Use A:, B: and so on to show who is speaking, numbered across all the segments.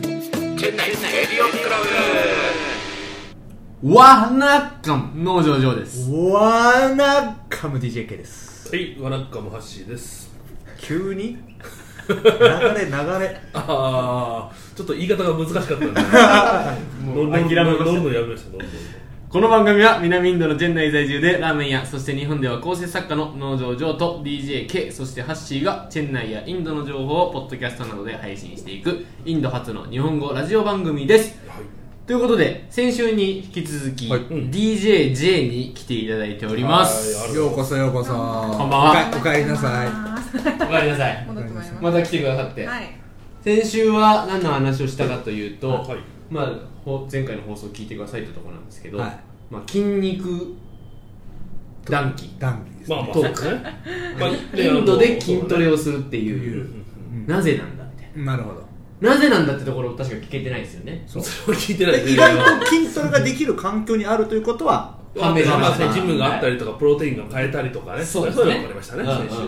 A: 店内エリオンクラ
B: ワーナッカンのジョジョです。
C: わーなカム DJK です
A: ブはいワナッカムハッシーです
C: 急に流れ流れ
A: ああちょっと言い方が難しかったんで もう
B: 諦めました
A: 乗るのやめました乗るの
B: この番組は南インドのチェン内在住でラーメン屋、そして日本では構成作家の農場ジョーと DJK、そしてハッシーがチェン内やインドの情報をポッドキャストなどで配信していくインド初の日本語ラジオ番組です。ということで、先週に引き続き、
A: いうん
B: DJJ に来ていただいております。
A: はいあ
D: ようこそようこそこん
B: んばんは
D: おかえりなさい
B: おかえりなさい。
E: 戻ってまいりま
B: また来てくださって。
E: す。はい。
B: 先週は何の話をしたかというと、
A: はい
B: まあ、ほ前回の放送を聞いてくださいってところなんですけど、
D: はい
B: まあ、筋肉談義
D: ダンキです
A: まあまあそうですね まあ
B: インドで筋トレ
A: を
B: をするっていう、なぜなんだみたい
D: なるほど
B: ななぜなんだってところを確か聞けてないですよね
A: それは聞いてないですね
C: 意外と筋トレができる環境にあるということは
A: まあ
B: 判明しました
A: まあジムがあったりとかプロテインが変えたりとかねそういうのが分かりましたね
B: うんうんうん
A: 先週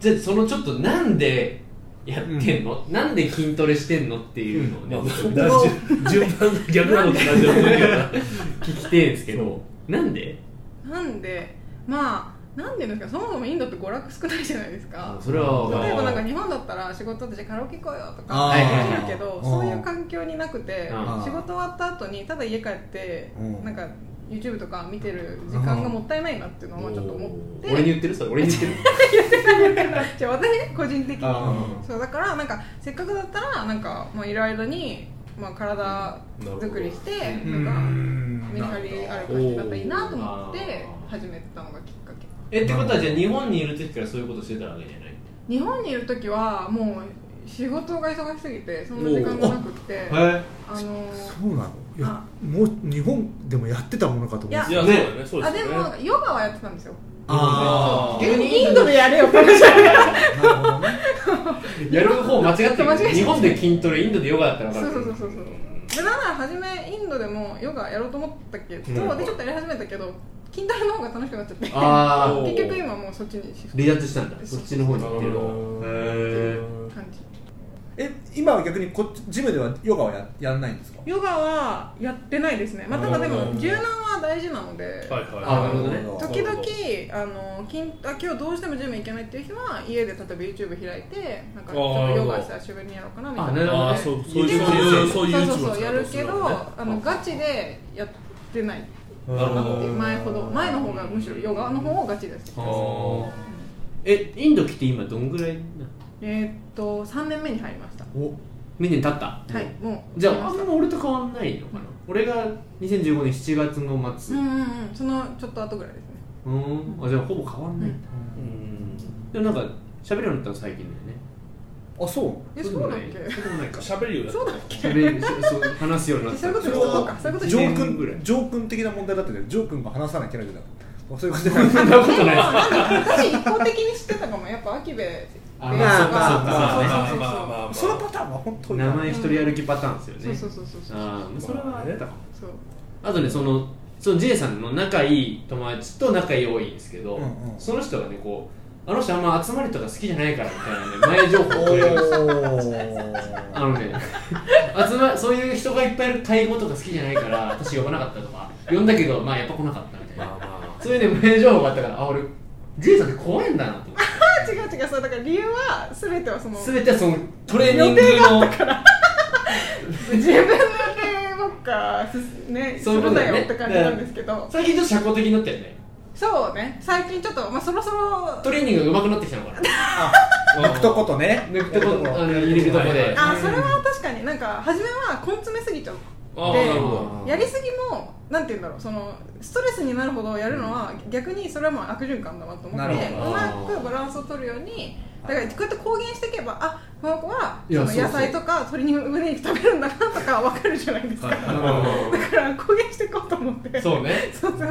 B: じゃあそのちょっとなんでやってんの、なんで筋トレしてんのっていうのをね、
A: まあ
B: 聞
A: まあ 順順番が逆なのかなじゃ あ
B: きてんですけどなんで
E: なんで、まあ、なんでですか、そもそもインドって娯楽少ないじゃないですか。
B: それは
E: 例えばなんか
B: か
E: 日本だったら仕事でじゃあカラオケ行こうよと
D: あ
E: か
B: ー
E: できるけど
D: あー
E: そういう環境になくて
B: あ
D: ー
E: 仕事終わった後にただ家帰って
D: うん
E: なんか YouTube とか見てる時間がもったいないなっていうのをちょっと思って
B: 俺に言ってるそれ俺に言ってる
E: じゃあ私ね個人的に
B: あ
E: そうだからなんかせっかくだったらなんかまあいる間にまあ体作りして
B: う
E: なんか
D: ん
E: メリハリある感じだったらいいなと思って始めてたのがきっかけ
B: えってことはじゃあ日本にいる時からそういうことしてたわけじゃない
E: 日本にいる時はもう仕事が忙しすぎてそんな時間がなくってあ
B: はい
E: の
D: そうなのいや
E: あ
D: もう日本でもやってたものかと思って
E: い
A: い
D: た
A: やそうだねそうで
E: あ
A: すね
E: でもヨガはやってたんですよ
B: あー
E: 逆にインドでやれよって話
D: なるほどね
B: やる方間違って
E: 間違えちゃ
B: る
E: った
B: 日本で筋トレインドでヨガだったら分
E: そう
B: か
E: そ
B: る
E: うそうそうそうでなんなら初めインドでもヨガやろうと思ったけど、
B: うん
E: でちょっとやり始めたけど筋トレの方が楽しくなっちゃって
B: あー
E: 結局今もうそっちにシフト
B: 離脱したんだそっちの方に行ってるの
A: な
B: へ
E: 感じ
D: え今は逆にこっちジムではヨガはややらないんですか
E: ヨガはやってないですね、まあ、ただでも柔軟は大事なので、
A: はいはい
B: あなるほどね
E: 時々あの筋あ今日どうしてもジム行けないっていう人は家で例えば YouTube 開いてなんかちょっとヨガしたら久しぶりにやろうかなみたいな
A: あ
B: あ
A: ーそう
B: ね
A: そういう
B: でも
A: そういう
E: そ
A: そう
E: う
A: いう YouTube の
E: そうそう
A: 使い方
E: やるけ
A: す
E: ど
A: のね
E: あのガチでやってない
A: なるほど
E: 前ほど前の方がむしろヨガの方をガチです
B: あーえインド来て今どんぐらいな
E: えーっと3年目に入りました
D: お
B: 2年経った
E: はいもう
B: じゃ
E: 入り
B: あ
E: ま
B: あん
E: した
B: ま俺と変わんないのかな俺が2015年7月の
E: う
B: 末
E: ん
B: う
E: うんうんそのちょっと後ぐらいですね
B: ーんあじゃあほぼ変わんないんだ
A: うん
B: でもなんか喋るようになったの最近だよね
D: あそ
E: えそうだっ
B: そう
E: け
B: でもないか
A: 喋るようになった
E: そうだっ
B: 喋るそうそう話すようになっ
E: け
B: た
E: そうい
D: そ
E: うこと
D: れ
E: そうか
D: は
E: そういうこと
D: ジョー
B: 一年ぐら
D: 君
B: い
D: ジョー君的な問題だったけどジョー君が話さないキャラじゃなかったそういうことじゃない
B: そんなことないです
E: 私一方的に知ってたかもやっぱアキベで
B: あ
E: そう
B: まあ
D: ま
E: そう
B: まあ
E: そう
A: あ
E: そうそう
D: そのパターンは本当に
B: 名前一人歩きパターンですよね
E: そうそうそうそうそう
B: ああそれはあったかも
E: そう
B: あとねそのその J さんの仲いい友達と仲良いんですけど、
D: うんうん
B: その人がねこうあの人あんま集まりとか好きじゃないからみたいなね前情報を
D: お
B: くれるんですよ あ
D: ー
B: のね集まそういう人がいっぱいいる会合とか好きじゃないから私呼ばなかったとか呼んだけどまあやっぱ来なかったみたいな
A: まあま
B: そういうね前情報があったからあ俺 J さんって怖いんだなと思って
E: あ違う違うそうだから理由は全てはその
B: 全てはそのトレーニングの
E: 自分のねばっかすね
B: そういうこと
E: す
B: だ
E: るな
B: よね
E: よって感じなんですけど
B: 最近ちょっと社交的になったよね
E: そうね最近ちょっとまあそろそろ
B: トレーニングが上手くなってきたのかな
D: 抜くとことね
B: 抜くとこあの入れるとこで
E: あそれは確かになんか初めは根詰めすぎちゃっ
A: ああ
E: で
A: なるほど
E: やりすぎもなんて言うんだろうそのストレスになるほどやるのは逆にそれはもう悪循環だなと思
D: な
E: っ
D: る
E: てう
B: ほど
E: まくバランスを取るようにだからこうやって公言していけばあこの子はいそ
B: や
E: の
B: そうそう
E: 野菜とか鶏肉胸肉食べるんだなとかわかるじゃないですか、
A: はい
E: だから公言していこうと思って
B: そうね
E: そうそうそう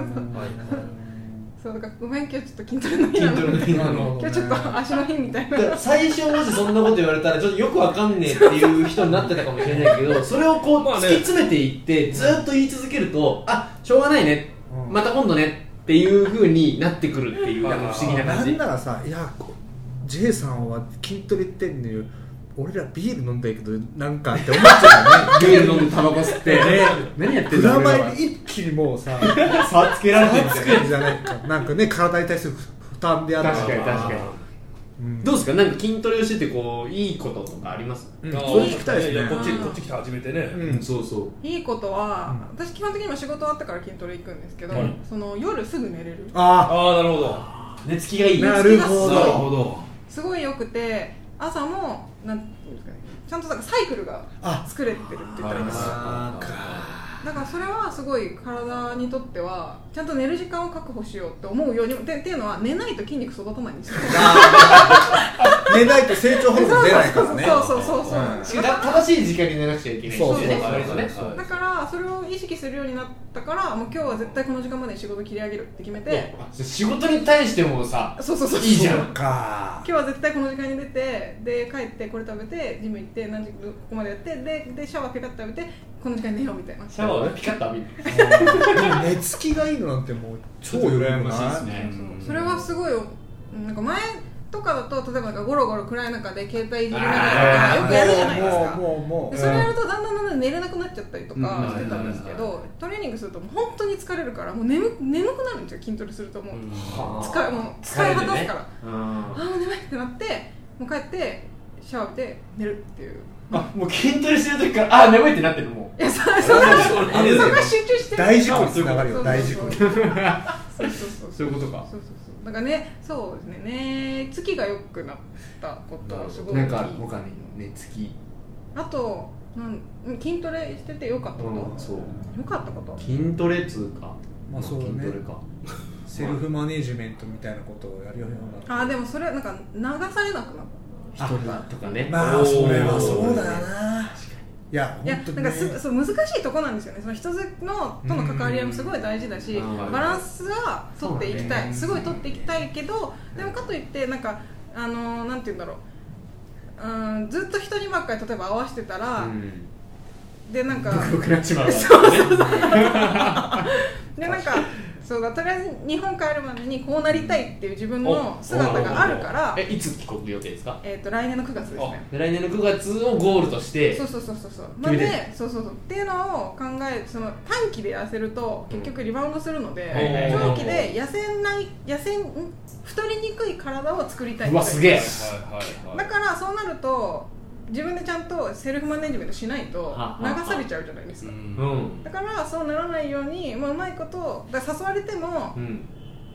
E: そうだからごめん今日ちょっと筋トレの日
B: 筋
E: なの
B: トレの日なの
E: 今日ちょっと足の日みたいな
B: だから最初もしそんなこと言われたらちょっとよくわかんねえっていう人になってたかもしれないけど それをこう
A: ま
B: 突
A: あね
B: き詰めていってずっと言い続けるとあしょうがないねまた今度ねっていうふうになってくるっていう
A: まあ
B: なんか不思議な
D: な
B: 感
D: ん
B: じ
D: ならさいやこ J さんは筋トレってんのよ
C: 俺らビール飲んだけどなんかって思っちゃう よね
B: ビール飲んでタバコ吸って
C: ね
B: 何やってん
C: プ
B: だ
C: ラ
B: 俺
C: マ
B: ら
C: イ
B: は
C: で一気にもうさ
D: 差つけられてるみたい
C: 作りじゃないかなんかね体に対する負担であった
D: 確かに確かに
B: どうですかなんか筋トレをしててこういいこととかあります
C: うん
A: あー
C: それ聞きたいですね
A: ややこっちこっち来て初めてね、
C: うん
A: そうそう
E: いいことは、私基本的に今仕事終わってから筋トレ行くんですけど、
A: はい
E: その夜すぐ寝れる
C: あ
A: ああなるほど
B: 寝つきがいい
C: なるほ
A: なる
C: ど
A: ほど
E: すごい良くて朝もなんていうんですかねちゃんとだからサイクルが
C: あ
E: 作れてるって言ったらいいのかな
C: あ
E: だからそれはすごい体にとってはちゃんと寝る時間を確保しようって思うようにでっていうのは寝ないと筋肉育たないんですよ
C: 寝ないと成長ホルモン出ないからね
E: そうそうそうそう、
C: うん
B: しかも正しい時間に寝なくちゃいけない
C: そう
B: ですよね割とね
A: そうそう
E: だからそれを意識するようになったからもう今日は絶対この時間までに仕事切り上げるって決めて
B: あ仕事に対してもさ
E: そうそうそう
B: いいじゃん
C: そうか
E: 今日は絶対この時間に出てで帰ってこれ食べてジム行って何時ここまでやってででシャワーピカッと食べてこの時間に寝ようみたいな
B: シャワーをピカッと浴び
C: 寝
B: る
C: つきがいいのなんてもう超羨ましいですね
B: ね
E: それはすごいうんなんか前とかだと例えばなんかゴロゴロ暗い中で携帯いじりながらとかよくやるじゃないですか
C: もうもうもうも
E: で
C: う
E: それやるとだんだんだんだん寝れなくなっちゃったりとかしてたんですけどトレーニングするともう本当に疲れるからもう眠眠くなるんですよ筋トレするともう使いもう使い果たすからああ眠いってなってもう帰ってシャワー浴びて寝るっていう
B: あもう筋トレしてる時からあ眠いってなってるも
E: いやそそそそ
C: あれ
E: そこは集中して
C: 大事故につながるよ大事故に
E: そうそうそうそう
B: うそういうことか
E: そうそうそうだからねそうですねね月が良くなったことはすごい
B: なんか他に寝つき
E: あとなんうん筋トレしてて良かったこと
B: そう
E: 良かったこと
B: 筋トレっつうか
C: まあそうね
B: 筋トレか
C: セルフマネージメントみたいなことをやるようになった
E: あーでもそれはなんか流されなくなっ
B: 一人とかね
C: まあそれはそうだよ
B: ね
C: ないや
E: たいや
C: 本
E: な
C: 当
E: ん
C: に
E: かすそう難しいとこなんですよねその人のとの関わり合いもすごい大事だし
B: うんうん
E: バランスは取っていき
B: そうだ
E: たい
B: ね
E: すごい取っていきたいけどでもかといってなんかあのーなんて言うんだろううんずっと人にばっかり例えば合わせてたら、
B: うん
E: でな んか
B: 僕僕なっちまうそう
E: でなんかそうだとりあえず日本帰るまでにこうなりたいっていう自分の姿があるから
B: えいつ帰国予定ですか
E: えっ、と来年の9月ですね
B: で来年の9月をゴールとして
E: そうそうそうそうそうまあ
B: 決め
E: でそうそうそうっていうのを考えその短期で痩せると結局リバウンドするの
B: はいはい
E: で、
B: はい
E: 長期で痩せない痩せんん太りにくい体を作りたいん
B: う
E: で
B: わすげえ
A: はいはいは
E: だ
A: い
E: からそうなると自分でちゃんとセルフマネジメントしないと
B: は
E: 流
B: は
E: されちゃうじゃないです
A: う
E: か
B: うんん
E: だからそうならないように、まあ、うまいことだから誘われても
B: うん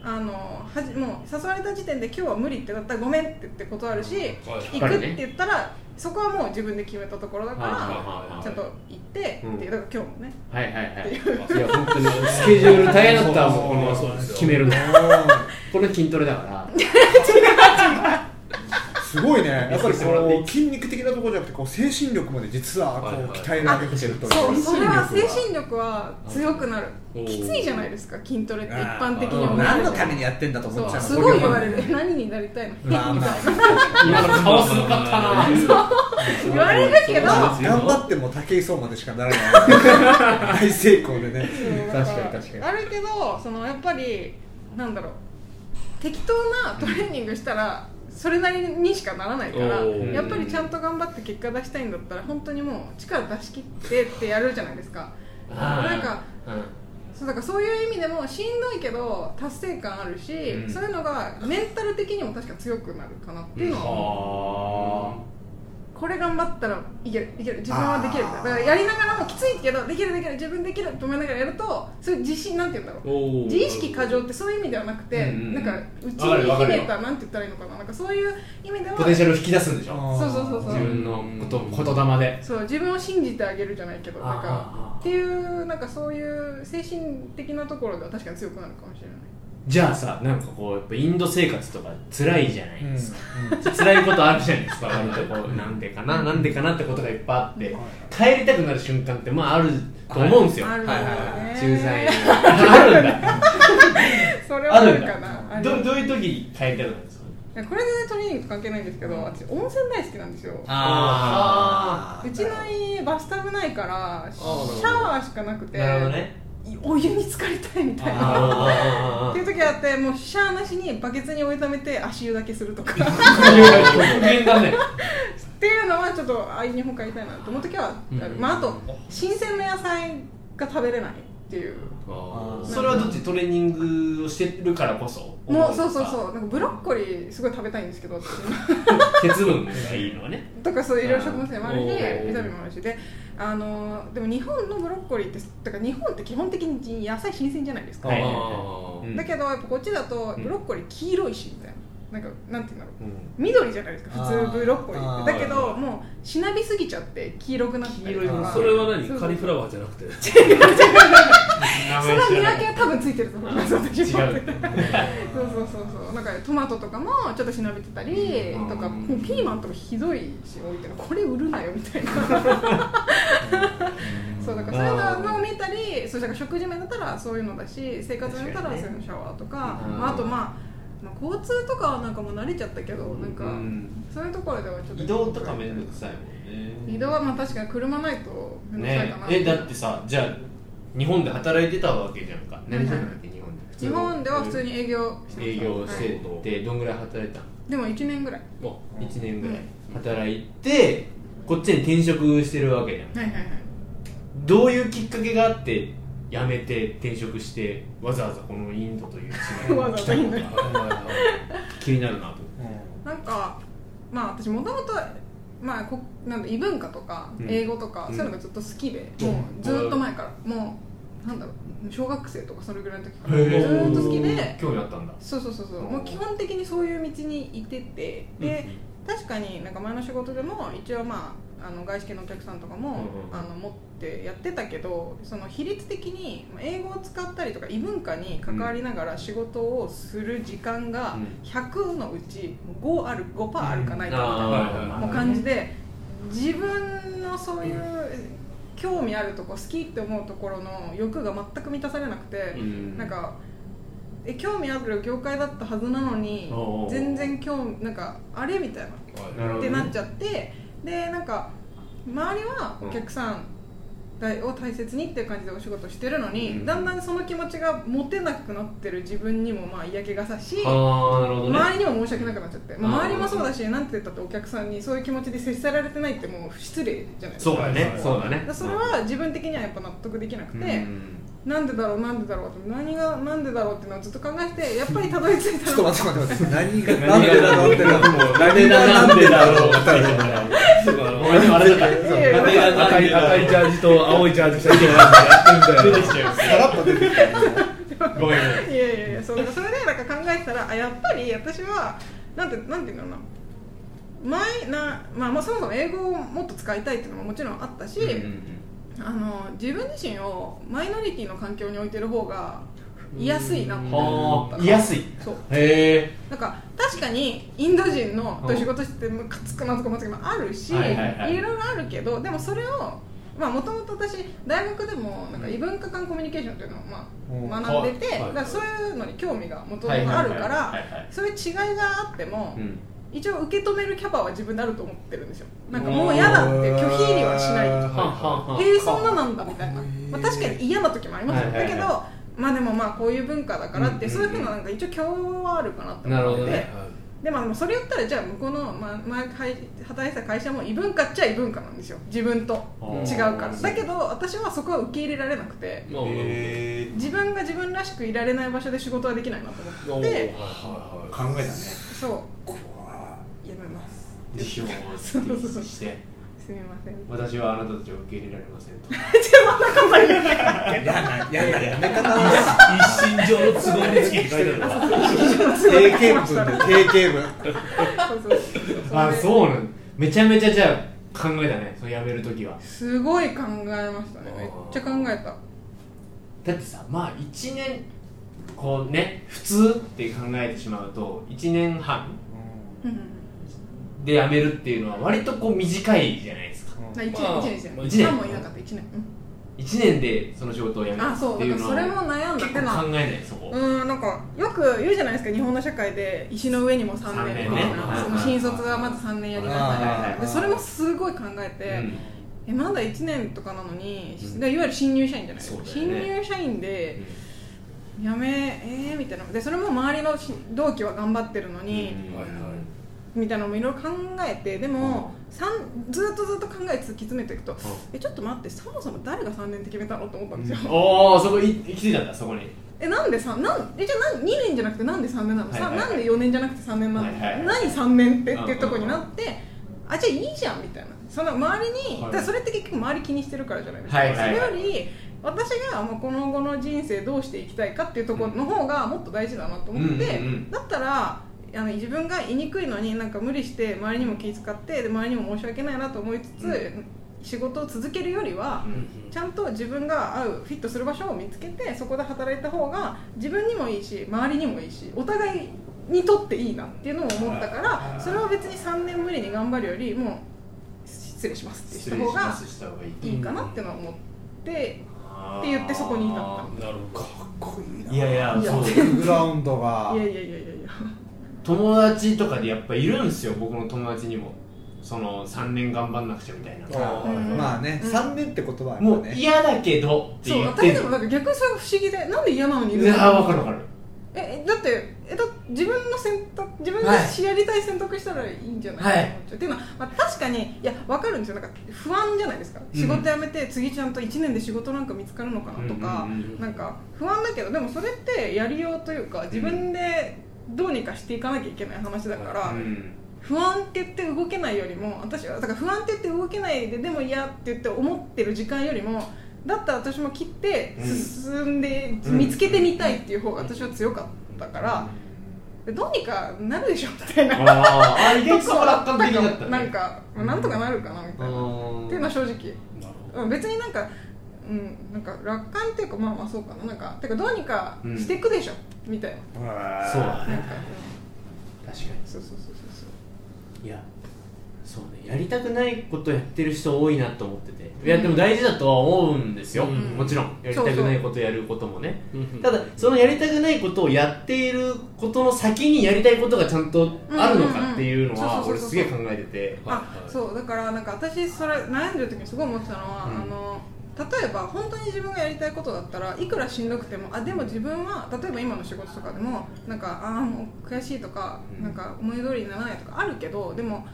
E: あのはじもう誘われた時点で今日は無理ってなったらごめんって言って断るし、
A: はい
E: 行くって言ったらそこはもう自分で決めたところだから、
B: はいはいはい
E: ちゃんと行ってっていう、
B: うん
E: だから今日もね
B: はいはいはい
E: って
B: いや本当にスケジュール大変だったわもうこ
A: そうそう
B: の
A: そう
B: 決めるの
C: う
B: これ筋トレだから
C: んすごいねやっぱり
B: 見せてもらっていい
C: こう筋肉的なところじゃなくてこう精神力まで実はこう
A: はいはい
C: 鍛え上げてるという
E: そう
B: 精神力は
E: それは精神力は強くなる
A: おー
E: きついじゃないですか筋トレって一
C: あー
E: 般的に
C: うん
E: 思
C: 何
E: う
C: のためにやってんだと思っち
E: そ
C: ゃ
E: う
C: う
E: すごい言われ
C: る
E: るえ何になりたいのみた
C: まあ
E: い
C: ま
E: な
C: あ
B: 今の顔すごかったな
E: 言われるけど
B: そう
C: 頑張っても武井壮までしかならない大成功でね
E: だら
B: 確かに確かに
E: あるけどそのやっぱりなんだろう適当なトレーニングしたらそれなりにしかならないから
A: おー
E: やっぱりちゃんと頑張って結果出したいんだったら本当にもう力出し切ってってやるじゃないですか
B: あー
E: なんか
B: うん
E: そうだからそういう意味でもしんどいけど達成感あるし、
B: うん
E: そういうのがメンタル的にも確か強くなるかなっていうのは、
B: は
E: これ頑張ったらいけるいける自分はできるみたいなだからやりながらもきついけどできるできる自分できると思いながらやるとそういう自信なんて言うんだろう
A: おー
E: 自意識過剰ってそういう意味ではなくて、
B: うんうんうん
E: なんかうち
B: わかるわか
E: に秘
B: る
E: めたなんて言ったらいいのかななんかそういう意味では
B: あポテンシャルを引き出すんでし
C: そ
B: ょ
E: そうそうそうそう
B: 自分のこと言霊で
E: そう自分を信じてあげるじゃないけどなん
B: あ
E: か
B: ー
E: っていうなんかそういう精神的なところでは確かに強くなるかもしれない
B: じゃあさなんかこうやっぱインド生活とか辛いじゃない
C: うん
B: ですか辛いことあるじゃないですか割とこうなんでかななんでかなってことがいっぱいあって帰りたくなる瞬間ってまああると思うんですよ
E: あるん
B: 駐
E: だよね、
B: 在にあるんだ
E: それはあるかなあ
B: ど
E: る
B: どういう時に帰りたくなるんですか
E: これでトレーニング関係ないんですけど私温泉大好きなんですよ
B: あ
E: うちの家バスタブないからシ
B: ほど
E: ャワーしかなくて
B: なるほどね
E: いお湯に浸かりたいみたいなっ
B: あ
E: ていう時あってもうシャワーなしにバケツにお湯ためて足湯だけするとか
B: あ極限だね
E: っていうのはちょっとあいに他いたいなと思う時はある、
B: うん
E: まあ、あと新鮮な野菜が食べれないっていう
B: あ
C: あ
B: ー
C: ー
B: それはどっちトレーニングをしてるからこそ
E: もうそうそうそううなんかブロッコリーすごい食べたいんですけど私
B: 鉄分がいいのはね
E: とかそういういろいろ食物繊維もあるし
B: おー
E: ビタミンもあるしであのーでも日本のブロッコリーってだから日本って基本的に野菜新鮮じゃないですか、
B: はい
C: あ
B: うん
E: だけどやっぱこっちだと
B: うん
E: ブロッコリー黄色いしみたいななんかなんて言うんだろう緑じゃないですか普
C: あ
E: 通
C: ー
E: ブロッコリーって
C: あ
E: だ
C: ー
E: けどもうしなびすぎちゃって黄色くなったりと
B: 黄色い
E: か
A: それは何
E: そう
A: カリフラワーじゃなくて
B: 名
E: それは見分
B: い
E: けは多分ついてると思います私も
B: 違う
E: そうそうそうそうなんかトマトとかもちょっとしなびてたり
B: うん
E: とかもうピーマンとかひどいし置いてるこれ売るなよみたいな そうだからそういうのを見たりそうだから食事面だったらそういうのだし生活面だったら
B: 確
E: そ
B: か
E: う
B: に
E: いうのシャワーとか、
B: うん
E: まあ、あとまあまあ交通とかはなんかもう慣れちゃったけどなんか
B: うん
E: そういうところではちょっと
B: 移動とかめんどくさいもんね
E: 移動はまあ確かに車ないとめんどくさい
B: ね
E: かな、
B: えだってさじゃあ日本で働いてたわけじゃんか何してたんだっけ日本で普通
E: 日
B: の
E: 本では普通に営業してま
B: 営
E: した
B: 業して
E: はい
B: てどんぐらい働いたの
E: でも1年ぐらい
A: も
B: 1年ぐらい働いてこっちに転職してるわけじゃん
E: はいはいはい
B: どういうきっかけがあって辞めて転職してわざわざこのインドという地名に来たの か 気になるなと
E: なんかまあ私もともとまあこなんだ異文化とか
B: うん
E: 英語とか、
B: うん
E: そういうのがずっと好きで、
B: うん
E: もうずっと前からもうなんだろう小学生とかそれぐらいの時からず
B: へー
E: っと好きで
B: 興味あったんだ
E: そうそうそうそうもう基本的にそういう道にいててで、確かになんか前の仕事でも一応まああの外資系のお客さんとかも、
B: うんうん
E: あの持ってやってたけどその比率的にまあ英語を使ったりとか異文化に関わりながら仕事をする時間が
B: うん
E: 100のうち5ある5%あるかないかみたいな
B: あ
E: もう感じで自分のそういう興味あるとこ好きって思うところの欲が全く満たされなくて、
B: うん
E: なんかえ興味ある業界だったはずなのに
B: おうおう
E: 全然興味なんかあれみたいな
B: なるほ
E: っ
B: どね
E: てなっちゃってでなんか周りはお客さんを大切にっていう感じでお仕事してるのに、
B: うん
E: だんだんその気持ちが持てなくなってる自分にもまあ嫌気がさし
B: ああなるほどね
E: 周りにも申し訳なくなっちゃって、まあ
B: あー
E: 周りもそうだしなんて言ったってお客さんにそういう気持ちで接せられてないってもう失礼じゃないです
B: そう
E: か
B: だねそうだね
E: だそれは自分的にはやっぱ納得できなく
B: う
E: て、
B: んうん
E: なんでだろうなんでだろうって何がなんでだろうっていうのをずっと考えてやっぱりたどり着
C: ちょ
E: いた
C: っと
E: の
C: 待って待って待って何が
B: 何が
C: なんでだろうって
B: なんでだなんでだろうってごめんあれだった
E: いやいや
B: なんでだなん
A: 赤
B: で
A: い
B: だ
A: 赤いジャージと青いジャージ着た人がやって
B: 出
A: る
B: て
A: み
B: きちゃ
A: たい
B: いま
C: さらっと出てきたよね
B: すごめんごめん
E: いやいやいやそうそれでなんか考えてたらあやっぱり私はなんてなんていうのかな前な、まあ、まあそもそも英語をもっと使いたいっていうのももちろんあったし、
B: うんうん
E: あの自分自身をマイノリティの環境に置いてる方が居やすいなって
B: うん
E: 思った
B: はあ居やすい
E: そう
B: へ
E: なんか確かにインド人の
B: う
E: と
B: ん
E: 仕事してムカつくなとか思った時もあるし、
B: はいいはいはい
E: ろいろあるけどでもそれをもともと私大学でもなんか異文化間コミュニケーションというのをま
C: うん
E: あ学んでて、
A: はいはい
E: だからそういうのに興味がもともとあるから、
B: はいはいはいはいはい
E: そういう違いがあっても、
B: えうん
E: 一応受け止めるキャパは自分であると思ってるんですよなんかもう嫌だって拒否にはしない
C: うん
B: はんはんはん
E: へえそんななんだみたいな、まあ、確かに嫌な時もありますよ、
B: はいはいはい
E: だけどまあでもまあこういう文化だからって、
B: うんうん
E: そううんいうふうななんか一応共有はあるかなって
B: なる
E: 思
B: ほ
E: って
B: ど
E: て、
B: ね
E: でもあのそれやったらじゃあ向こうの、まあ、前会働いてた会社も異文化っちゃ異文化なんですよ自分と違うからだけど私はそこは受け入れられなくて
A: なまあまあ
C: え
E: 自分が自分らしくいられない場所で仕事はできないなと思っ
A: はいはい
E: て
A: は
C: 考えたね
E: そう
C: こ
E: やめます
B: 辞表を提出して
E: すみま せん
B: 私はあなたたちを受け入れられませんと
C: う嫌な嫌なやめ方
A: い一身上の都合につきって書いてあるのか
C: 定型文で定型文
E: そうそうそうそうそ れ
B: あ
E: で
B: そうなんめちゃめちゃじゃあ考えたねその辞める時は
E: すごい考えましたねめっちゃ考えた
B: だってさまあ1年こうね普通って考えてしまうと1年半で辞めるっていうのは割とこう短いじゃないですか
E: 1年
A: まあ
E: 1年です
A: ま
E: よ
A: あ
E: 一番もいなかった1年う
B: 1年でその仕事を辞める
E: んあそ
B: っ
E: う
B: て
E: だ
B: い
E: から
B: うの
E: そ
B: は
E: れも悩んだ
B: 結
E: て
B: 構
E: な
B: 考えないそこ
E: うんなんかよく言うじゃないですか日本の社会で石の上にも3年みたい
B: 三年ね
E: なその新卒はまず3年やりな
C: はい
B: はい
E: さ
B: はい
E: いでそれもすごい考え
B: う
E: て
B: ん
E: えまだ1年とかなのに
B: うん
E: でいわゆる新入社員じゃないですか
B: そうだよ
E: 新
B: ね
E: 入社員でやめえーみたいなでそれも周りのし同期は頑張ってるのに
A: はいはい
E: みたいなのもいろいろ考えてでも、さんずっとずっと考え突き詰めていくと、えちょっと待ってそもそも誰が3年って決めたのと思ったんですよ、
B: おおそこい行き着いたんだそこに
E: えなんでさなんえじゃあ2年じゃなくてなんで3年なの、
B: はいはい
E: さなんで4年じゃなくて3年なの、
B: はいはいはい
E: 何3年って
B: うんうんうん
E: っていうとこになって、あじゃあいいじゃんみたいなその周り
B: はい
E: に、だからそれって結局周り気にしてるからじゃないですか、
B: はいはいはい
E: それより私がもうこの後の人生どうしていきたいかっていうところの方がもっと大事だなと思って、
B: うんうんうん
E: だったらあの自分が言いにくいのになんか無理して周りにも気遣ってで周りにも申し訳ないなと思いつつ、仕事を続けるよりは、ちゃんと自分が合うフィットする場所を見つけてそこで働いた方が自分にもいいし周りにもいいしお互いにとっていいなっていうのを思ったからそれは別に3年無理に頑張るよりもう失礼しますってした方が
B: した方がいい
E: いいかなっていうのは思ってって言ってそこに至った
A: なるほど
C: こいいない
B: やいや
E: いや
B: そう
C: バックグラウンドが
E: いやいやいやいやいや
B: 友達とかでやっぱいるんですよ僕の友達にもその3年頑張んなくちゃみたいな
C: あーまあね、
E: うん
C: 三年って言葉はやっぱね
B: もう嫌だけどって
E: そう
B: 言って
E: 私
B: ん
E: で
B: の
E: もなんか逆にそれが不思議でなんで嫌なのにい
B: い
E: るの
B: や分かる分かる
E: ええだってえだ自分の選択自分
B: はい
E: でやりたい選択したらいいんじゃない、
B: はい
E: っていうのは、まあ、確かにいや分かるんですよなんか不安じゃないですか
B: うん
E: 仕事辞めて、次ちゃんと1年で仕事なんか見つかるのかなとか、
B: うんうんうんうん
E: なんか不安だけどでもそれってやりようというか自分でどうにかしていかなきゃいけない話だから、
B: うん
E: 不安って言って動けないよりも私はだから不安って言って動けないででも嫌って言って思ってる時間よりもだったら私も切って
B: うん
E: 進んで、
B: うん
E: 見つけてみたいっていう方が私は強かったから、どうにかなるでしょみたい
B: あ
E: な
B: ーあ意外とそこ楽観的だったね
E: なんかなんとかなるかなみたいな、っていうのは正直
A: なる
E: うん別になんかうんなんか楽観っていうかまあまあそうかななんかてかどうにかしていくでしょ、みたいな
B: そうだ
E: なん
B: ね
E: か、
B: 確か
E: うんそうそうそうそうそう
B: にいやそうねやりたくないことやってる人多いなと思ってていやでも大事だとは思うんですよ、
A: うん
B: もちろんやりたくないことやることもね
A: ほど
B: ただそのやりたくないことをやっていることの先にやりたいことがちゃんとあるのかっていうのは
E: うんうんう
B: 俺
E: んそうそうそうそう
B: すげえ考えてて
E: あそうだからなんか私それ悩んでる時にすごい思ってたのは、
B: うん
E: あの例えば本当に自分がやりたいことだったらいくらしんどくてもあでも自分は例えば今の仕事とかでもなんかあーもう悔しいとか
B: うん
E: なんか思い通りにならないとかあるけどでも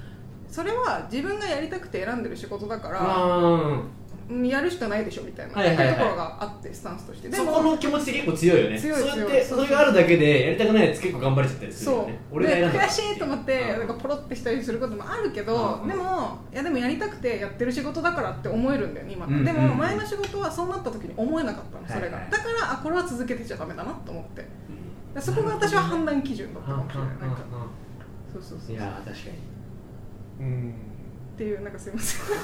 E: それは自分がやりたくて選んでる仕事だから、
B: あ
E: うんやるしかないでしょみたいな、
B: はいはいはい
E: っていうところがあってスタンスとして
B: ー
E: で
B: そこ
E: も
B: の気持ちって結構強いよね
E: 強い強い
B: そうやってそれがあるだけでやりたくないやつ結構頑張れちゃったりするよ
E: そ
B: ね
E: う
B: 俺が選
E: で
B: んだ
E: 悔しいと思って
B: うん
E: なんかポロってしたりすることもあるけど、
B: うん
E: でもいやでもやりたくてやってる仕事だからって思えるんだよね今、
B: うん
E: で
B: うんう
E: も
B: ん
E: 前の仕事はそうなった時に思えなかったのそれが、
B: はいはい
E: だからあこれは続けてちゃダメだなと思ってでそこが私は判断基準だった
B: うん
E: か
B: うん
E: もしれないなんか
B: う
E: そうそうそ
B: んい
E: うっ
B: やー確
C: うん
E: ていうなんかすいません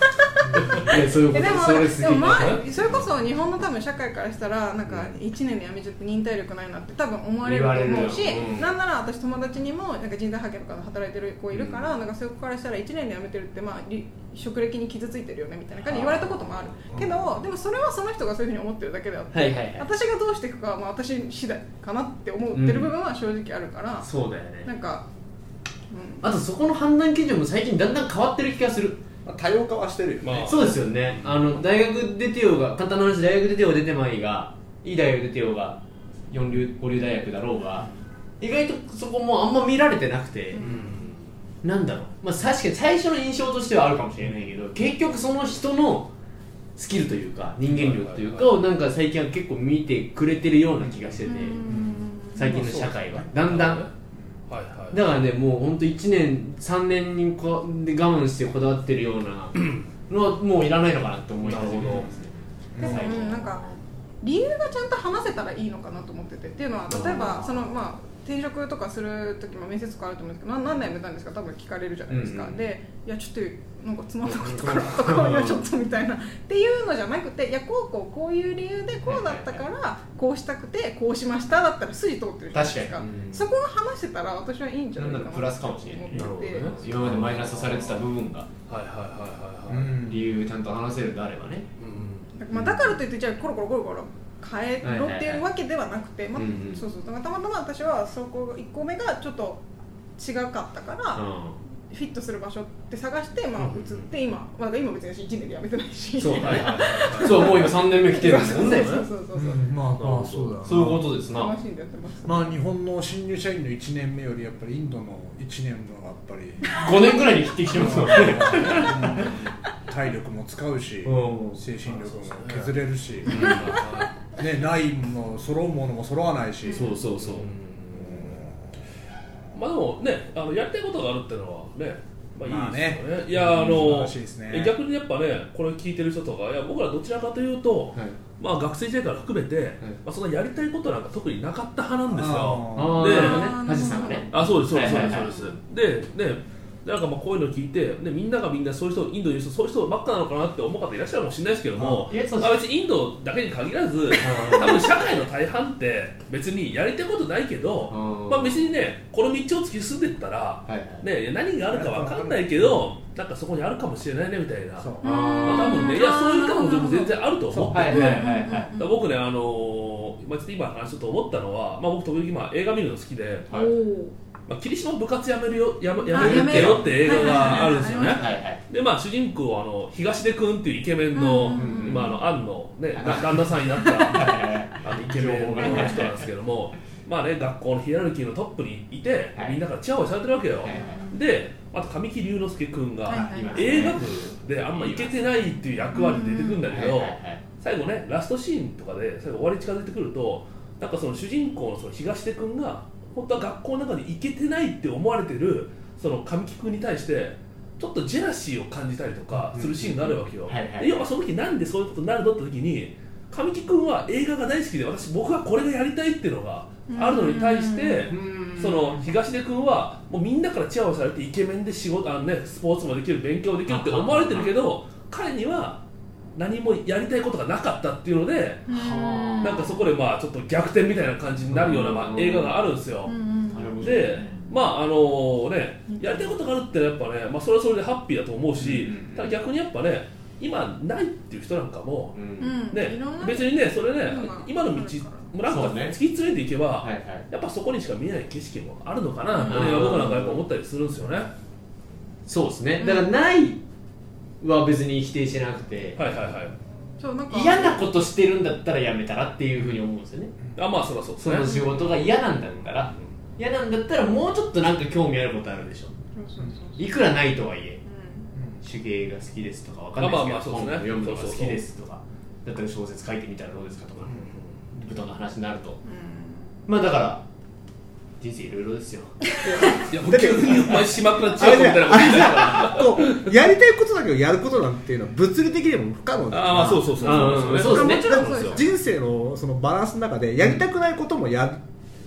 B: かにいやそういう
E: えでも
B: ことそれす
E: で
B: げえ
E: も、まあ、それこそ日本の多分社会からしたらなんか1年で辞めちゃって忍耐力ないなって多分思われると思うし、
B: 言われるようん
E: なんなら私友達にもなんか人材派遣とかで働いてる子いるから、なんかそういう子からしたら1年で辞めてるって、まあ、り職歴に傷ついてるよねみたいな感じで言われたこともあるけどでもそれはその人がそういうふうに思ってるだけであって、
B: はいはいは
E: 私がどうしていくかは、まあ、私次第かなって思ってる部分は正直あるから、
B: いそうだよ
E: な
B: ね
E: んか、うん、
B: あとそこの判断基準も最近だんだん変わってる気がする
D: まあ、多様化はしてるよね、
A: まあ
B: そうですよねあの大学出てようが簡単な話大学出てようが出てまいがいい大学出てようが四流五流大学だろうが意外とそこもあんま見られてなくて、なんだろう、まあ、確かに最初の印象としてはあるかもしれないけど結局その人のスキルというか人間力というかをなんか最近は結構見てくれてるような気がしてて、
E: うん
B: 最近の社会はだんだん
A: はいはい
B: だからねもうほんと1年3年にこで我慢してこだわってるよう なのはもういらないのかなって思い始めてますね
E: でも、
B: 最
E: うん、なんか理由がちゃんと話せたらいいのかなと思っててっていうのは例え
B: あー
E: ばそのまあ転職とかする時も面接とかあると思うんですけどな何年辞めたんですか多分聞かれるじゃないですか、
B: うんうん
E: でいやちょっとなんかつまんなかったから とかいやちょっとみたいなっていうのじゃなくていやこうこうこういう理由でこうだったからこうしたくてこうしましただったら筋通ってるじゃないですか
B: 確かにうん
E: そこが話せたら私はいいんじゃないかなと思ってて
A: なるほどね
B: 今までマイナスされてた部分が
A: はいはいはい
C: う
A: はいはい
C: ん
B: 理由ちゃんと話せるんであればね、
A: うん
E: まあ、だからといってじゃあコロコロコロコロ変えろっていうわけではなくて、まあ
B: はいはいはいうんうん
E: そうそうだからたまたま私はそこ1個目がちょっと違かったから、フィットする場所って探して、まあ、移って今、まあ、今別に私1年で辞めてないし
B: そうだねそうもう今3年目来てるんですもんね
E: そうそうそうそう、
C: うんまあまあそうだな
B: そういうことですな
E: 楽しんでやってます
C: まあ日本の新入社員の1年目よりやっぱりインドの1年のやっぱり
B: 5年ぐらいに匹敵してますもんね
C: 体力も使うし
B: うん
C: 精神力も削れるし、ね、ないもの揃うものも揃わないし
B: そう
C: う
B: そうそう、
A: まあでもねあのやりたいことがあるってのはねまあいいですよ
C: ま
A: ね,、
C: あね
A: いや
C: 素
A: あ
C: 晴
A: の
C: らしいですね
A: え逆にやっぱねこれ聞いてる人とかいや僕らどちらかというと、
B: はい
A: まあ、学生時代から含めて、まあ、そんなやりたいことなんか特になかった派なんですよ
C: あ
B: ああ
A: で
B: なるほどねハジさんがね
A: あそうですそうですそう
B: はい
A: で
B: はい
A: す
B: はい
A: そうですでねなんかまあこういうの聞いてでみんながみんなそういう人インドにいる人そういう人ばっかなのかなって思う方いらっしゃるかもしれないですけども
B: あいやそうです
A: まあ別にインドだけに限らず多分社会の大半って別にやりたいことないけど
B: うん
A: まあ別にねこの道を突き進んでったら
B: はいはい
A: ね何があるかわかんないけどなんかそこにあるかもしれないねみたいな
C: そう
A: まあ多分ねいやそういう感覚全然あると思って
B: はいはいはいはい
A: だから僕ね、あのーまあ、ちょっと今話ちょっと思ったのは、まあ、僕時々今映画見るの好きで、
E: お
B: はい
E: お
A: まあ、霧島部活やめるよやめや
E: あ
A: める
E: や
A: っ
E: め
A: て
E: る
A: よって映画があるんですよね、
E: はい
B: はいはい
A: でまあ主人公はあの東出君っていうイケメンの、
E: うん
B: うんうん
A: 今あの杏のね だ旦那さんになったあのイケメンの人なんですけどもまあね学校のヒエラルキーのトップにいて、
B: はい
A: みんなからチヤホヤされてるわけよ、
B: はい
A: であと神木隆之介君が、
E: はいはい
B: 今
A: 映画部であんまイケてないっていう役割で出てくるんだけど、
B: はいはいはい
A: 最後ねラストシーンとかで最後終わり近づいてくるとなんかその主人公のその東出君が本当は学校の中でイケてないって思われてるその神木君に対してちょっとジェラシーを感じたりとかするシーンがあるわけよ、
B: うんはいはい
A: で要はその時なんでそういうことになるのって時に神木君は映画が大好きで私僕はこれがやりたいっていうのがあるのに対して、
B: うん
A: その東出君はもうみんなからチヤホヤされてイケメンで仕事あの、ね、スポーツもできる勉強もできるって思われてるけど彼には何もやりたいことがなかったっていうので
B: は
A: なんかそこでまあちょっと逆転みたいな感じになるようなまあ映画があるんですよ
E: うんうん
B: なるほど
A: でまああのねやりたいことがあるってのはやっぱね、まあ、それはそれでハッピーだと思うし
B: うんうんうん
A: ただ逆にやっぱね今ないっていう人なんかも
B: う
E: うんん
A: ね
E: いろんな
A: 別にねそれね
E: うん
A: 今の道なんか
B: そうね
A: 突き詰めていけば、
B: はいはい
A: やっぱそこにしか見えない景色もあるのかな、
B: うん
A: 俺は僕なんかやっぱ思ったりするんですよね。は
B: そうですねだからないは別に否定してなくて
A: いはいはい。
E: そうなんか
B: 嫌なことしてるんだったらやめたらっていうふうに思うんですよね
A: あまあそりゃそうです
B: そ
A: ね。
B: の仕事が嫌なんだったら嫌なんだったらもうちょっとなんか興味あることあるでしょ
E: そうそうそう
B: いくらないとはいえ
E: う
B: 手芸が好きですとかわかんない
A: まあま
B: で
A: あ
B: すけ
A: そう
B: ど
A: です
B: 本
A: ね
B: を読むのが好きですとかだったら小説書いてみたらどうですかとか舞台の話になると
E: んうん
B: まあだから人生いろいろですよ
A: いやもう急にお前島倉千代子みたいなこと言いたいから。あ
D: こうやりたいことだけどやることなんていうのは物理的にも不可能だよ
A: あまあそうそうそうそうですよね。
B: うんうんうん
E: そうですねもちろんそうです
D: 人生のそのバランスの中でやりたくないこともや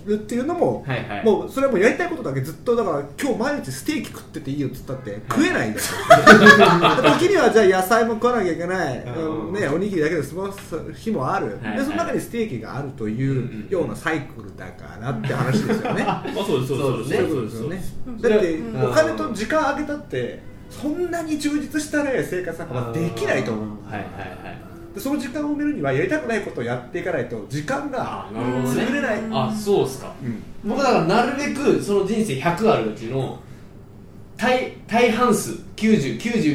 D: るっていうのも、
B: はいはい
D: もうそれはもうやりたいことだけずっとだから今日毎日ステーキ食ってていいよって言ったって食えないんだよ 時にはじゃあ野菜も食わなきゃいけない、
B: うん
D: うんね、おにぎりだけで済ます日もある、
B: はいはい
D: でその中にステーキがあるというようなサイクルだからって話ですよね
A: まあそうですそうです
D: そう
A: で
D: ですす
A: そう
D: よ
A: で
D: ね
A: す。
D: だって
E: うん
D: お金と時間あげたってそんなに充実した、ね、生活なんかまあできないと思う
B: はいはいはい
D: でその時間を埋めるにはやりたくないことをやっていかないと時間が
B: あなるほどね
D: 潰れない
B: あそうっすか
D: うん
B: 僕だからなるべくその人生100あるうちの大大半数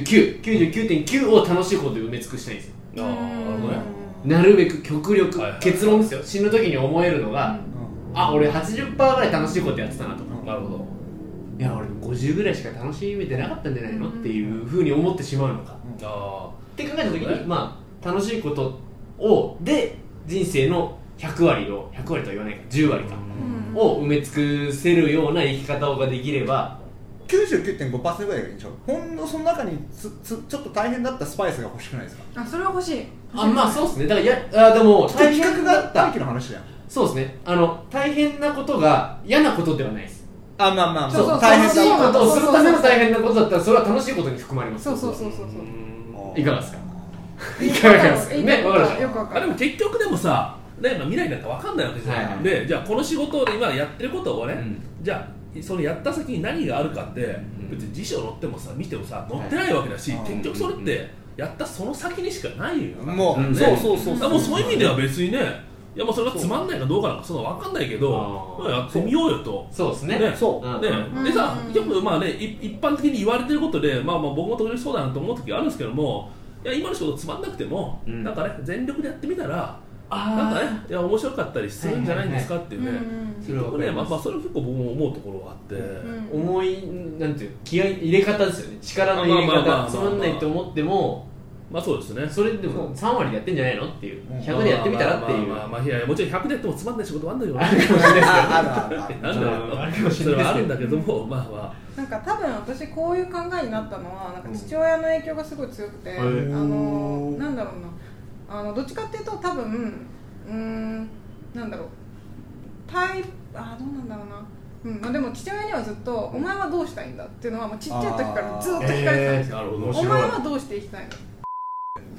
B: 909999.9を楽しいことで埋め尽くしたいんですよ
A: ああなるほどね。
B: なるべく極力、
A: はいはい
B: 結論ですよ死ぬ時に思えるのが、あ俺80%ぐらい楽しいことやってたなとか、
A: なるほど。
B: いや俺50ぐらいしか楽しめてなかったんじゃないの、っていうふうに思ってしまうのか、っ
A: あ
B: て考えた時に、まあ楽しいことをで人生の100割を100割とは言わないか10割か、
E: うん
B: を埋め尽くせるような生き方ができれば、
D: 99.5%ぐらいがいいんでしょほんのその中につつちょっと大変だったスパイスが欲しくないですか
E: あそれは欲しい
B: あまあそうですねだからやあでも大
D: 企
B: 変
D: 画
B: だ
D: が
B: っ
D: 大
B: た
D: 気の話だよ
B: そうですねあの大変なことが嫌なことではないです
D: あまあまあ
E: そうそう
D: 大変
B: 楽しい
D: だっ
B: ことをするための大変なことだったらそれは楽しいことに含まれます
E: そうそうそうそうそう
D: た
B: いかがですか
E: い
B: い
E: い
B: かがですか
E: いい
B: ねわかりました
E: よくわ
A: あ。あ
E: か
A: で
E: る
A: も結局でもさ、ねまあ未来なんかわかんないわけじゃない。
B: はいはい
A: でじゃあこの仕事で今やってることをね、
B: うん
A: じゃあ。そのやった先に何があるかって、別に辞書載ってもさ見てもさ載ってないわけだし、
D: はい
A: 結局それってやったその先にしかないよ、
D: もう、
B: うん
D: そうそうそう
A: あもうそういう意味では別にねいやもうそれがつまんないかどうかなんかそんな分かんないけど
B: あー
A: まあやってみようよと。
B: そうですね
A: ね
D: そう
B: うん
A: ね
E: ん
A: でさ
E: うん
A: よくまあねい一般的に言われてることで、まあ、まあ僕も時々そうだなと思う時あるんですけどもいや今の仕事つまんなくても、
B: うん
A: なんかね全力でやってみたら
B: あ
A: なんか
B: ー
A: ねいや面白かったりするんじゃないんですかっていうね、
E: うん
B: それは分か
A: ね
B: り
A: まあ、
B: ま
A: まあ
B: す
A: それ結構僕も思うところがあって、
E: うん
B: 思いなんていう気合い入れ方ですよね力の入れ
A: あまあまあまあま
B: 方
A: あ
B: つまんないと思っても
A: まあそうですね
B: それでも3割でやってんじゃないのっていう
C: うん
B: 100でやってみたらっていう
A: まあまあまあまあいやいやもちろん100でやってもつまんない仕事はあるんだけ ど
B: あ
A: ね
B: るかもしれないですけど
D: ああるあるある
A: なんだろう
B: あるかもし
A: そ
B: れないですけど
A: れはあるんだけども、まあま
E: なんか多分私こういう考えになったのはなんか父親の影響がすごい強くて、
B: へ
E: あ
B: ー
E: のなんだろうなあのどっちかっていうと多分うーんなんだろうタイプあどうなんだろうな、うんまあ、でも父親にはずっと「お前はどうしたいんだ」っていうのはもうちっちゃい時からずっと聞かれてたんですよ
A: あなるほ
E: 「お
A: ど
E: 前はどうしていきたいの?」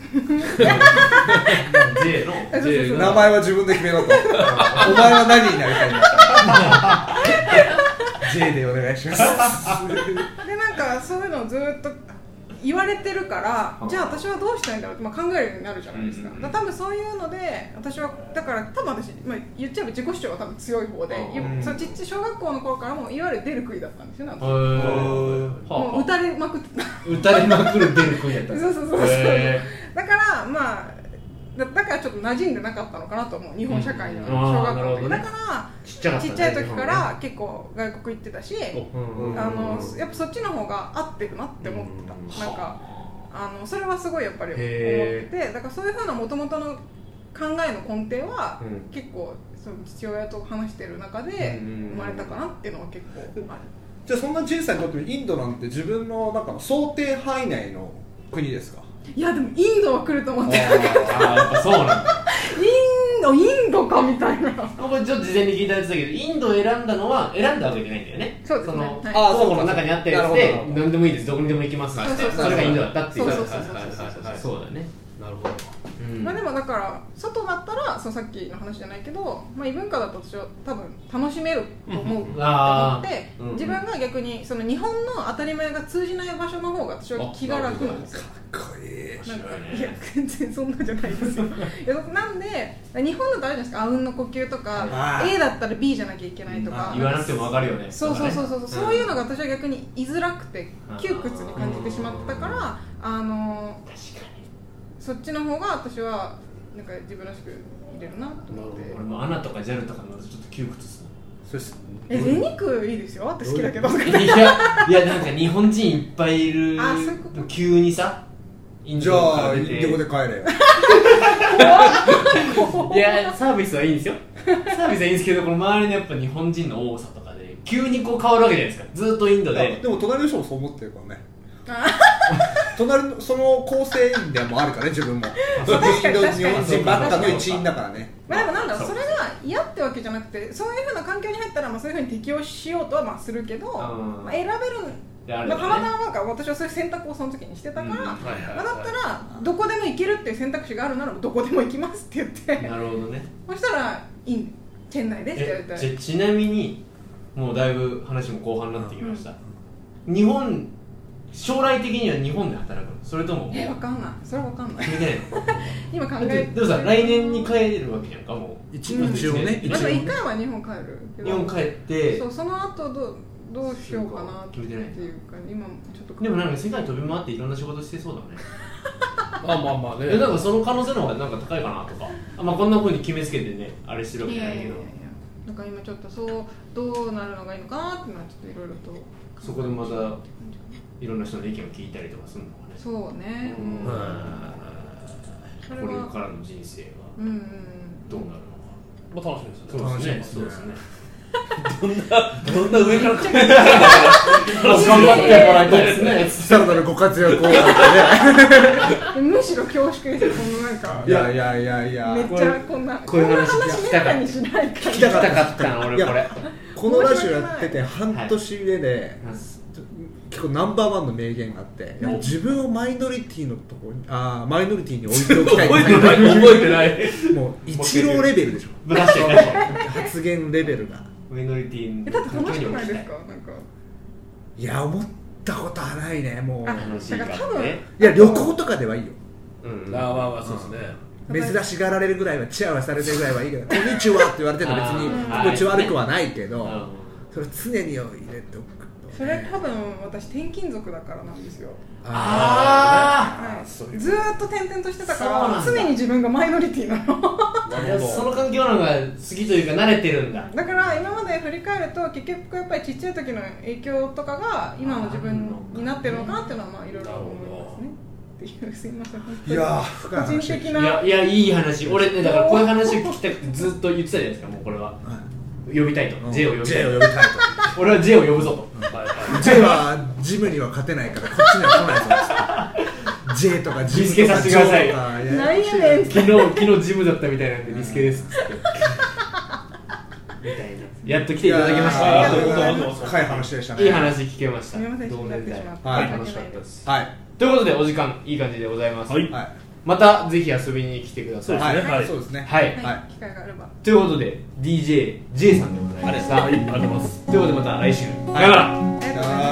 B: J の
E: そうそうそううん
C: 名前は自分で決め ろとお前は何になりたいんだ J でお願いします
E: でなんかそういうのをずっと言われてるからじゃあ私はどうしたいんだろうって、まあ、考えるようになるじゃないですか,、
B: うんうんうん
E: だから多分そういうので私はだから多分私、まあ、言っちゃえば自己主張が多分強い方で、
B: うん
C: うん
E: そのちっちゃい小学校の頃からもいわゆる出る杭だったんですよね私
B: はあ
E: もう打たれまくってた
B: 打たれまくる出る君やったんで
E: そ
B: す
E: うそうそうそう
B: へ
E: だからまあだだからちょっと馴染んでなかったのかなと思う日本社会の
B: うん
E: 小
B: あ
E: 学校
B: ーなる
E: の
B: ほ
E: 時、
B: どね
E: だか
B: ーちっちゃからった
E: ち
B: ね
E: っちゃい時から結構外国行ってたし、
B: うんうん
E: あのやっぱそっちの方が合ってるなって思ってた、
A: うん
E: なんかあのそれはすごいやっぱり思って
B: へ
E: てだからそういうふうなもともとの考えの根底は、
B: うん
E: 結構その父親と話してる中で
B: うんうんうん
E: 生まれたかなっていうのは結構あ
C: じゃあそんな J さんにとってインドなんて自分のなんか想定範囲内の国ですか
E: るいやでもインドは来ると思ってイ
B: あーやっぱそうなんだ
E: ンドインドかみたいな
B: これちょっと事前に聞いたやつだけどインドを選んだのは選んだわけじゃないんだよね
E: そうですね
B: の
E: はい
B: 候補の中にあったやつ
C: なる
B: で
C: ほど
B: 何でもいいですどこにでも行きます
E: そうそうそう
B: それがインドだったっていう
E: そうそうそうそう
B: そうだね
A: なるほど
B: うん
E: まあでもだから外だったらそのさっきの話じゃないけど、まあ、異文化だと私は多分楽しめると思う
B: あ
E: っ
B: ー
E: て
B: うんうん
E: 自分が逆にその日本の当たり前が通じない場所の方が私は気が楽なんですよ
C: かっこいい
E: なんか
B: 白いね
E: いや全然そんなじゃないで すよいやなんで日本だとあるじゃないですかあうんの呼吸とか
C: はい
E: A だったら B じゃなきゃいけないとか
B: 言わなくてもわかるよね
E: そうそうそうそう、
B: ん
E: そういうのが私は逆に居づらくて
B: あー
E: 窮屈に感じてしまってたからあの
B: 確か
E: そっちの方が私はなんか自分らしくいれるなと思っ
B: に
E: て
B: 俺もアナとか JAL とかのちょっと窮屈ですね
C: そして
E: えゼニクいいですよ私好きだけど
B: いやいやなんか日本人いっぱいいる
E: あそういうこと
B: 急にさイン
C: じ
B: ドと
C: ゃ
B: か
C: あイ
B: 出
C: ン
B: て
C: ディゴで帰れよ
B: いやサービスはいいんですよサービスはいいんですけどこの周りのやっぱ日本人の多さとかで急にこう変わるわけじゃないですかずっとインドで
C: でも隣の人もそう思ってるからね
E: あ
C: 隣のその構成員でもあるからね自分もインド日本人ばっかの一員だからね
E: まあでもなんだろう
B: そ
E: そうれが嫌ってわけじゃなくてそういうふうな環境に入ったらまあそういうふうに適応しようとはまあするけど、
B: ん
E: まあ、選べる
B: である
E: ま
B: よ
E: あ、
B: ね
E: たまたまなんか私はそういう選択をその時にしてたから、
B: うん
A: は
E: ま
A: いはい
E: あ、だったらどこでも行けるっていう選択肢があるならどこでも行きますって言って
B: なるほどね
E: そしたら「いいチェンナイで」って言われ
B: え
E: たら
B: じゃあちなみにもうだいぶ話も後半になってきました、日本将来的には日本で働くのそれとももう
E: えわかんないそれはわかんない
B: 決めてないの
E: 今考
B: だって
E: え
B: でもさ来年に帰れるわけじゃんかもう
D: 一
E: 日
D: 応ね
E: まあ、1回は日本帰るけど
B: 日本帰って
E: そうその後どうどうしようかなっていうか今ちょっと考え
B: でもなんか世界飛び回っていろんな仕事してそうだね
A: まあまあまあね
B: えなんかその可能性の方がなんか高いかなとかあまあこんなふうに決めつけてねあれしてるわけ
E: い
B: じゃ
E: や
B: ないい
E: やい
B: け
E: や
B: ど
E: なんか今ちょっとそうどうなるのがいいのかなっていうのはちょっといろいろと
B: そこでまたいろんな人の意見を聞いたりとかするのがね
E: そうね、うん
A: はい
E: それ
B: これ
E: は
B: からの人生は
E: うんうん
B: どうなるの
A: まあ楽しみですよね
B: か、
C: 楽しみですね
B: そうですね
A: どんな上から来 てる
B: 頑張ってもらいたいですね
D: さらなるご活躍をね
E: うんむしろ恐縮ですよこのなん か
C: いやいやいやいや
E: めっちゃこんな
B: こういう話
E: こんな話めったにしないか
B: 聞
E: ら
B: きたかったな俺こ
D: い
B: れ
D: このラジオやってて半年目で結構ナンバーワンの名言があってやっぱ自分をマイノリティのところにあーマイノリティに置いておきたい
A: 覚えてない覚えてない
D: もう一郎レベルでしょ
B: ぶらしてるね
D: 発言レベルが
B: マイノリティ
E: え
B: の
E: だって楽しく
B: も
E: ないです
B: い
E: かなんか
D: いや思ったことはないねもう
E: あ
B: 楽しいから
E: だから多分
B: ね
D: いや旅行とかではいいよ
B: うん
A: ああまあまあそうですね
D: 珍しがられるぐらいはチヤワされてるぐらいはいいけど「こんにちは」って言われてるの別に
B: あー
D: 気持ち悪くはないけ
B: う
D: ど、
B: ん
D: それ常に入れておく
E: それ多分私転勤族だからなんですよ、
B: あ
E: はい、
A: そ
E: ず
A: ういう
E: ーっと転々としてたか
B: そう
E: ら
B: なんだ
E: 常に自分がマイノリティなの
A: な
B: あ
A: る
B: そ
A: ほ
B: の
A: ど
B: 環境の方が好きというか慣れてるんだ
E: だから今まで振り返ると結局やっぱりちっちゃい時の影響とかが今の自分になってるのかなっていうのはまあいろいろ思いますねっていうすいません本当に
D: いやー深い話
E: 個人的
B: い
E: な
B: やいやいい話俺ねだからこういう話を聞きたくてずっと言ってたじゃないですかもうこれは呼びたいと J を呼びたい
D: J を呼びたいと
B: 俺は J を呼ぶぞと
A: はいはい
D: J はジムには勝てないからこっちには来ないぞ J とかジム
B: 見つけ
D: と
B: さ
D: か
B: せてくださいよ
D: ジョーとか
E: なんやねんって
B: 昨日昨日ジムだったみたいなんでリスケですっつってみたいなやっと来ていただきまし
A: いや
B: た
A: ー
B: ね
D: 深い話でしたね
B: いい話聞けました
E: すみません
B: 同
E: 引き
B: 年
E: 立って
B: 代
E: しまって、
D: はい
E: 申
D: 楽
E: し
D: し
E: 訳
D: か
E: な
D: っ
E: い
D: た
E: で
D: ですすはい
B: ということでお時間いい感じでございます
A: はい
D: はい
B: またぜひ遊びに来てください
A: そうですね
D: はい
A: はい
D: そうですね
B: はい、
E: はい、
D: は
E: 機会があれば
B: ということで DJJ さんでございました
A: はいありがとうございます
B: ということでまた来週さよなら
E: ありがとうございます